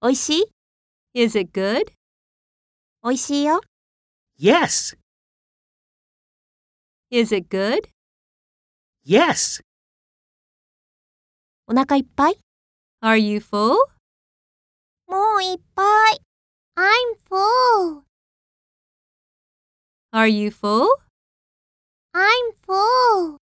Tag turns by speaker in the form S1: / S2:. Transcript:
S1: おいしい
S2: Is it good?
S1: おいしいよ。
S3: Yes,
S2: Is it good?
S3: yes,
S1: お腹いっぱい
S2: Are you full?
S1: もういっぱい。I'm full.
S2: Are you full?
S1: I'm full.